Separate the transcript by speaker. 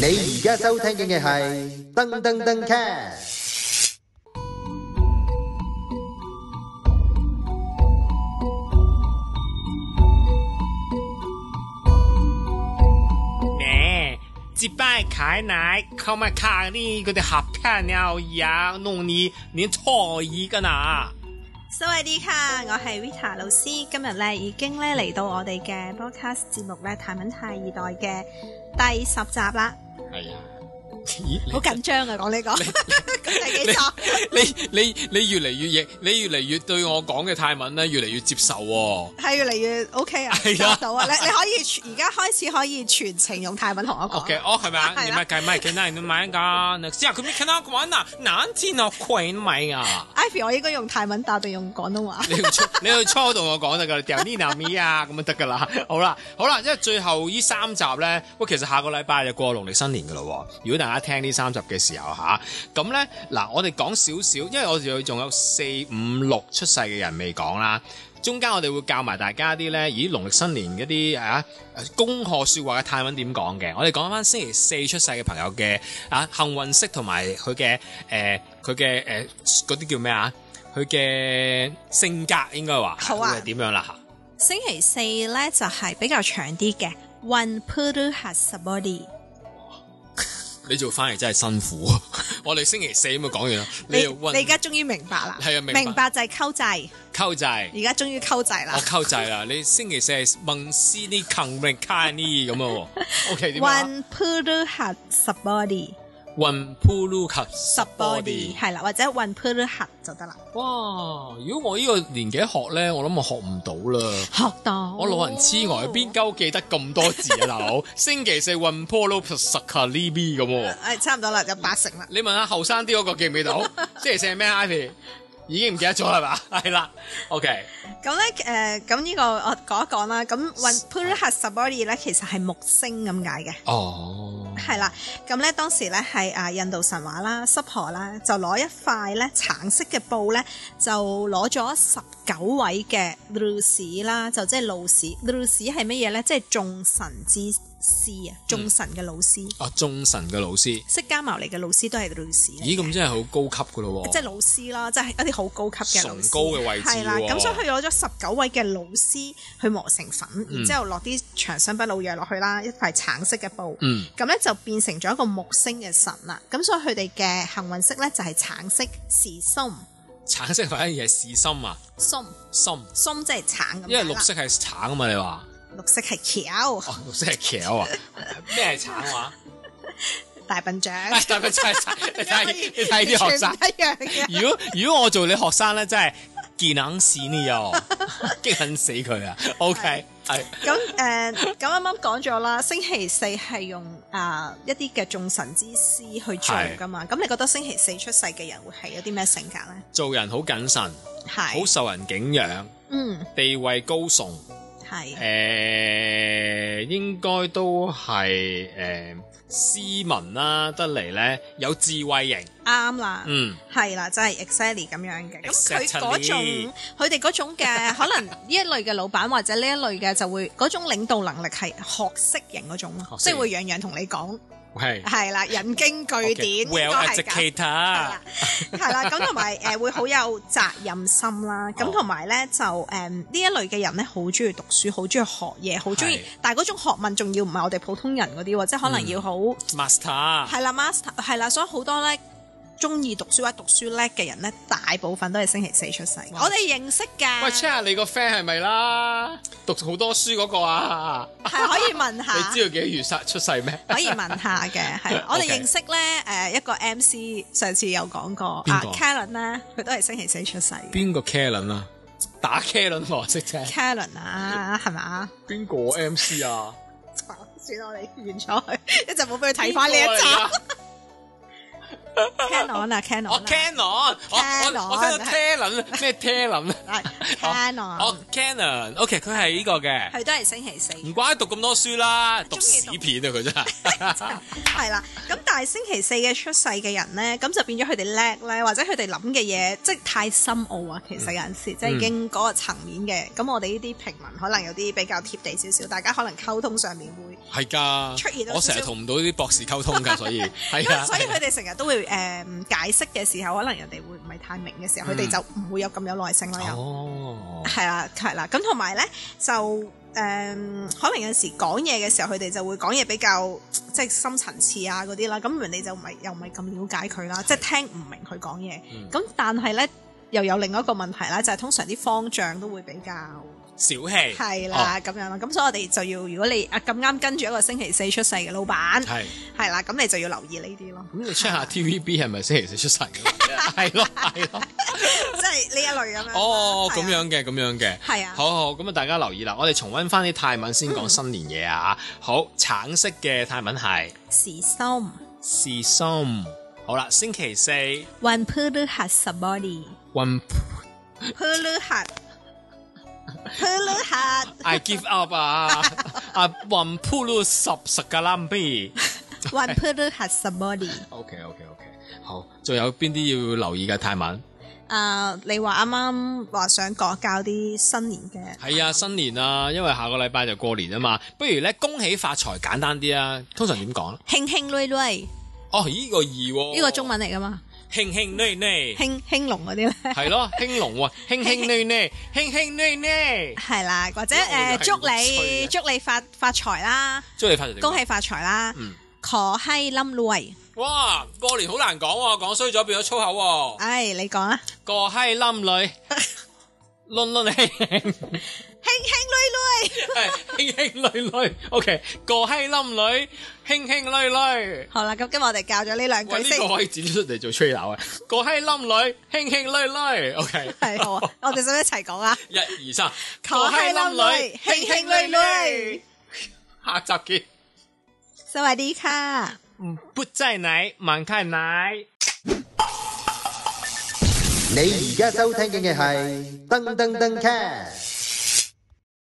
Speaker 1: 你而家收聽嘅係噔噔噔 cast。
Speaker 2: 咩？即擺開奶，靠埋卡里嗰啲合片了呀，弄你連錯意噶嗱。
Speaker 3: 收位 D 卡，我係 Vita 老師，今日咧已經咧嚟到我哋嘅 broadcast 節目咧《泰文太二代》嘅第十集啦，
Speaker 2: 係啊，咦？
Speaker 3: 好緊張啊！講呢個咁第幾集？
Speaker 2: 你你你越嚟越認，你越嚟越對我講嘅泰文咧，越嚟越接受喎、
Speaker 3: 係越嚟越 OK 啊，
Speaker 2: 係啊
Speaker 3: 收到啊！你你可以全而家開始可以全程用泰文同我
Speaker 2: O
Speaker 3: 講
Speaker 2: K，。哦係咪啊？
Speaker 3: 係啦
Speaker 2: 你咪計咪計啦，你咪噶，你知啊？佢咪睇到講嗱，難聽啊，鬼咪啊！
Speaker 3: Ivy，我應該用泰文打定用廣東話。
Speaker 2: 你去初你去初同我講得噶啦，掉呢南咪啊咁就得噶啦。好啦，好啦，因為最後呢三集咧，喂，其實下個禮拜就過農曆新年噶咯。如果大家聽呢三集嘅時候吓，咁咧嗱，我哋講少少，因為我哋仲有四五六出世嘅人未講啦。中間我哋會教埋大家啲咧，咦農曆新年嗰啲啊恭賀説話嘅泰文點講嘅，我哋講翻星期四出世嘅朋友嘅啊幸運色同埋佢嘅誒佢嘅誒嗰啲叫咩啊？佢嘅性格應該話
Speaker 3: 好啊
Speaker 2: 會係點樣啦嚇？
Speaker 3: 星期四咧就係比較長啲嘅，One Puru has somebody。
Speaker 2: 你做翻嚟真係辛苦， 我哋星期四咁就講完啦，
Speaker 3: 你
Speaker 2: 又
Speaker 3: 你而家終於明白啦，
Speaker 2: 係啊明白
Speaker 3: 明白就係溝仔，
Speaker 2: 溝仔。
Speaker 3: 而家終於溝仔啦
Speaker 2: 我。溝仔啦！你星期四係孟斯呢勤力卡呢咁啊喎，OK 點啊
Speaker 3: One Puru has somebody。
Speaker 2: ？One pulu 及
Speaker 3: 十 body 係啦，或者混 p u r 核就得啦。
Speaker 2: 哇！如果我呢個年紀學咧，我諗我學唔到啦。
Speaker 3: 學到
Speaker 2: 我老人痴呆，邊鳩記得咁多字啊，大佬！星期四運 polo s a k a l i b 咁 喎。
Speaker 3: 誒，哎差唔多啦，有八成啦。
Speaker 2: 你問下後生啲嗰個記唔記到？星期四係咩？Ivy 啊已經唔記得咗係嘛？係啦，OK，
Speaker 3: 咁咧誒，咁呢個我講一講啦。咁混 p u r 核 s u b o d y 咧，其實係木星咁解嘅。
Speaker 2: 哦，
Speaker 3: 係啦，咁咧當時咧係啊印度神話啦，濕婆啦就攞一塊咧橙色嘅布咧，就攞咗十九位嘅路士啦，就即係路士。路士係乜嘢咧？即係眾神之師啊，眾神嘅老師，
Speaker 2: 啊，眾神嘅老師，
Speaker 3: 釋迦牟尼嘅老師都係路士嚟嘅。
Speaker 2: 咦，咁真係好高級噶咯喎！
Speaker 3: 即係老師啦，即係一啲好高級嘅老師，
Speaker 2: 崇高嘅位置喎
Speaker 3: 係啦，咁所以佢攞咗十九位嘅老師去磨成粉，
Speaker 2: 嗯
Speaker 3: 然之後落啲長生不老藥落去啦，一塊橙色嘅布，
Speaker 2: 嗯
Speaker 3: 咁咧就變成咗一個木星嘅神啦。咁所以佢哋嘅幸運色咧就係橙色，是松
Speaker 2: 橙色反而係市心啊，
Speaker 3: 松
Speaker 2: 心，
Speaker 3: 松即係橙咁樣啦，
Speaker 2: 因為綠色係橙啊嘛，你話
Speaker 3: 綠色係翹
Speaker 2: 哦，綠色係橋啊，咩係橙話？
Speaker 3: 大 笨象，
Speaker 2: 哎但係真係哎你睇你睇
Speaker 3: 完全
Speaker 2: 啲學
Speaker 3: 唔
Speaker 2: 生。
Speaker 3: 一樣嘅。
Speaker 2: 如果如果我做你學生咧，真係見硬屎呢又，激狠死佢啊！OK，係
Speaker 3: 咁誒，咁啱啱講咗啦，星期四係用啊、一啲嘅眾神之師去做噶嘛。咁你覺得星期四出世嘅人會係有啲咩性格咧？
Speaker 2: 做人好謹慎，好
Speaker 3: 係，
Speaker 2: 受人敬仰，
Speaker 3: 嗯，
Speaker 2: 地位高崇，誒、
Speaker 3: 係，
Speaker 2: 應該都係誒、斯文啦，得嚟咧有智慧型，
Speaker 3: 啱啦。
Speaker 2: 嗯，
Speaker 3: 係啦，真係 exactly 咁樣嘅。咁佢
Speaker 2: Exactly
Speaker 3: 嗰種，佢哋嗰種嘅可能呢一類嘅老闆或者呢一類嘅 就會嗰種領導能力係學識型嗰種咯，
Speaker 2: 學識
Speaker 3: 即
Speaker 2: 型
Speaker 3: 係會樣樣同你講，
Speaker 2: 係
Speaker 3: 係啦，引經據典應該
Speaker 2: well
Speaker 3: 係啊咁。係
Speaker 2: educator，
Speaker 3: 啦，係啦，咁同埋誒會好有責任心啦，
Speaker 2: 哦
Speaker 3: 咁同埋咧就誒呢一類嘅人咧，好中意讀書，好中意學嘢，好中意
Speaker 2: 係，
Speaker 3: 但係嗰種學問仲要唔係我哋普通人嗰啲喎，即係可能要好
Speaker 2: 嗯 master，
Speaker 3: 係啊啦 master 係啦，所以好多咧中意讀書或者讀書叻嘅人咧，大部分都係星期四出世，我哋認識
Speaker 2: 喂
Speaker 3: 㗎，
Speaker 2: check 下你個 friend 係咪啦，讀好多書嗰個啊，
Speaker 3: 係可以 問
Speaker 2: 你
Speaker 3: 下。
Speaker 2: 知道幾月殺出世咩？
Speaker 3: 可以問下嘅， 係我哋
Speaker 2: OK
Speaker 3: 認識咧，誒一個 MC 上次有講過
Speaker 2: 邊
Speaker 3: 啊
Speaker 2: 個
Speaker 3: ，Karen 咧，佢都係星期四出世嘅
Speaker 2: 邊個 Karen 啊？打 Karen 我識啫，
Speaker 3: ，Karen 啊，係嘛？
Speaker 2: 邊個 MC 啊？啊
Speaker 3: 算啦，我哋完咗佢，一陣冇俾佢睇翻呢一集。 Canon 啊，Canon
Speaker 2: 我
Speaker 3: 啊
Speaker 2: 哦 Canon，我哦我我聽到 Talon 咩 Talon 啊我
Speaker 3: 係 Canon，
Speaker 2: Canon，OK，佢係呢個嘅，
Speaker 3: 佢都係星期四。
Speaker 2: 唔怪得讀咁多書啦，讀
Speaker 3: 中意
Speaker 2: 屎
Speaker 3: 讀
Speaker 2: 片啊佢真 係。
Speaker 3: 係啦，咁但係星期四嘅出世嘅人咧，咁就變咗佢哋叻咧，或者佢哋諗嘅嘢即係太深奧啊。其實有陣
Speaker 2: 嗯
Speaker 3: 時即係已經嗰個層面嘅，咁我哋呢啲平民可能有啲比較貼地少少，大家可能溝通上面會，
Speaker 2: 係㗎，
Speaker 3: 出現咗
Speaker 2: 我成
Speaker 3: 少少
Speaker 2: 日同唔啊到啲博士溝通㗎，所 以係啊
Speaker 3: 咁，所以佢哋成日都會誒、解釋嘅時候，可能人哋會唔係太明嘅時候，佢哋、
Speaker 2: 嗯
Speaker 3: 就唔會有咁有耐性啦。又
Speaker 2: 哦，
Speaker 3: 係啦，係啦，咁同埋咧就誒、可能有陣時講嘢嘅時候，佢哋就會講嘢比較即係深層次啊嗰啲啦，咁人哋就唔係又唔係咁了解佢啦，即係聽唔明佢講嘢。
Speaker 2: 嗯
Speaker 3: 咁、但係咧又有另外一個問題啦，就係、通常啲方丈都會比較
Speaker 2: 小氣
Speaker 3: 係
Speaker 2: 哦
Speaker 3: 啦咁樣啦，咁所以我哋就要如果你啊咁啱跟住一個星期四出世嘅老
Speaker 2: 哦，
Speaker 3: 闆
Speaker 2: 係。
Speaker 3: 係啦，咁你就要留意呢啲咯，
Speaker 2: 咁你 check 下 TVB 係咪星期四出世 嘅？係咯，係咯。
Speaker 3: 即係呢一類咁樣啦。
Speaker 2: 哦，
Speaker 3: 係
Speaker 2: 咁
Speaker 3: 啊。
Speaker 2: 樣嘅，咁樣嘅。
Speaker 3: 係啊
Speaker 2: 好好，咁啊，大家留意啦。我哋重温翻啲泰文先講新年嘢啊。好，橙色嘅泰文係
Speaker 3: 時心
Speaker 2: 是心。好啦，星期四
Speaker 3: 運 p u l u h a s a b o d y
Speaker 2: 運
Speaker 3: Puluhat，Puluhat，
Speaker 2: I give up 啊啊運 pull 十十個 number。
Speaker 3: one Puluhat somebody。
Speaker 2: OK OK OK。好，仲有邊啲要留意嘅泰文？
Speaker 3: 啊，你話啱啱話想講教啲新年嘅，
Speaker 2: 係啊，新年啊，因為下個禮拜就過年啊嘛。不如咧，恭喜發財簡單啲啊。通常點講咧？
Speaker 3: 興興累累，
Speaker 2: 哦，呢個易喎，
Speaker 3: 呢個中文嚟噶嘛？
Speaker 2: 興興呢呢，
Speaker 3: 興興隆嗰啲 咧，
Speaker 2: 係咯，興隆 喎，興興呢呢，興興呢呢，
Speaker 3: 係啦，或者
Speaker 2: 因為我哋
Speaker 3: 誒
Speaker 2: 係
Speaker 3: 祝
Speaker 2: 衰
Speaker 3: 你
Speaker 2: 嘅
Speaker 3: 祝你發發財啦，
Speaker 2: 祝你發財！
Speaker 3: 恭！喜發財啦
Speaker 2: 嗯，
Speaker 3: 可閪冧累，
Speaker 2: 哇，過年好難講喎，講衰咗變咗粗口喎，
Speaker 3: 唉，你講啊，
Speaker 2: 個閪冧 女，攆攆興
Speaker 3: 興興累累，
Speaker 2: 興興女女，OK，個閪冧女，興興女女。
Speaker 3: 好啦，咁今日我哋教咗呢兩
Speaker 2: 喂，呢
Speaker 3: 句先
Speaker 2: 個。可以剪出嚟做 trailer 啊！ 個閪冧女，興興女女，OK，
Speaker 3: 係好啊！我哋想一齊講啊！
Speaker 2: 一二三，
Speaker 3: 個
Speaker 2: 個閪
Speaker 3: 閪冧
Speaker 2: 冧
Speaker 3: 女
Speaker 2: 女，
Speaker 3: 興
Speaker 2: 興
Speaker 3: 興
Speaker 2: 興
Speaker 3: 累
Speaker 2: 女
Speaker 3: 累
Speaker 2: 女， 下集見。
Speaker 3: สวัสดีค่ะ
Speaker 2: 不再奶，盲太奶。
Speaker 1: 你而家收聽嘅係噔噔噔 c a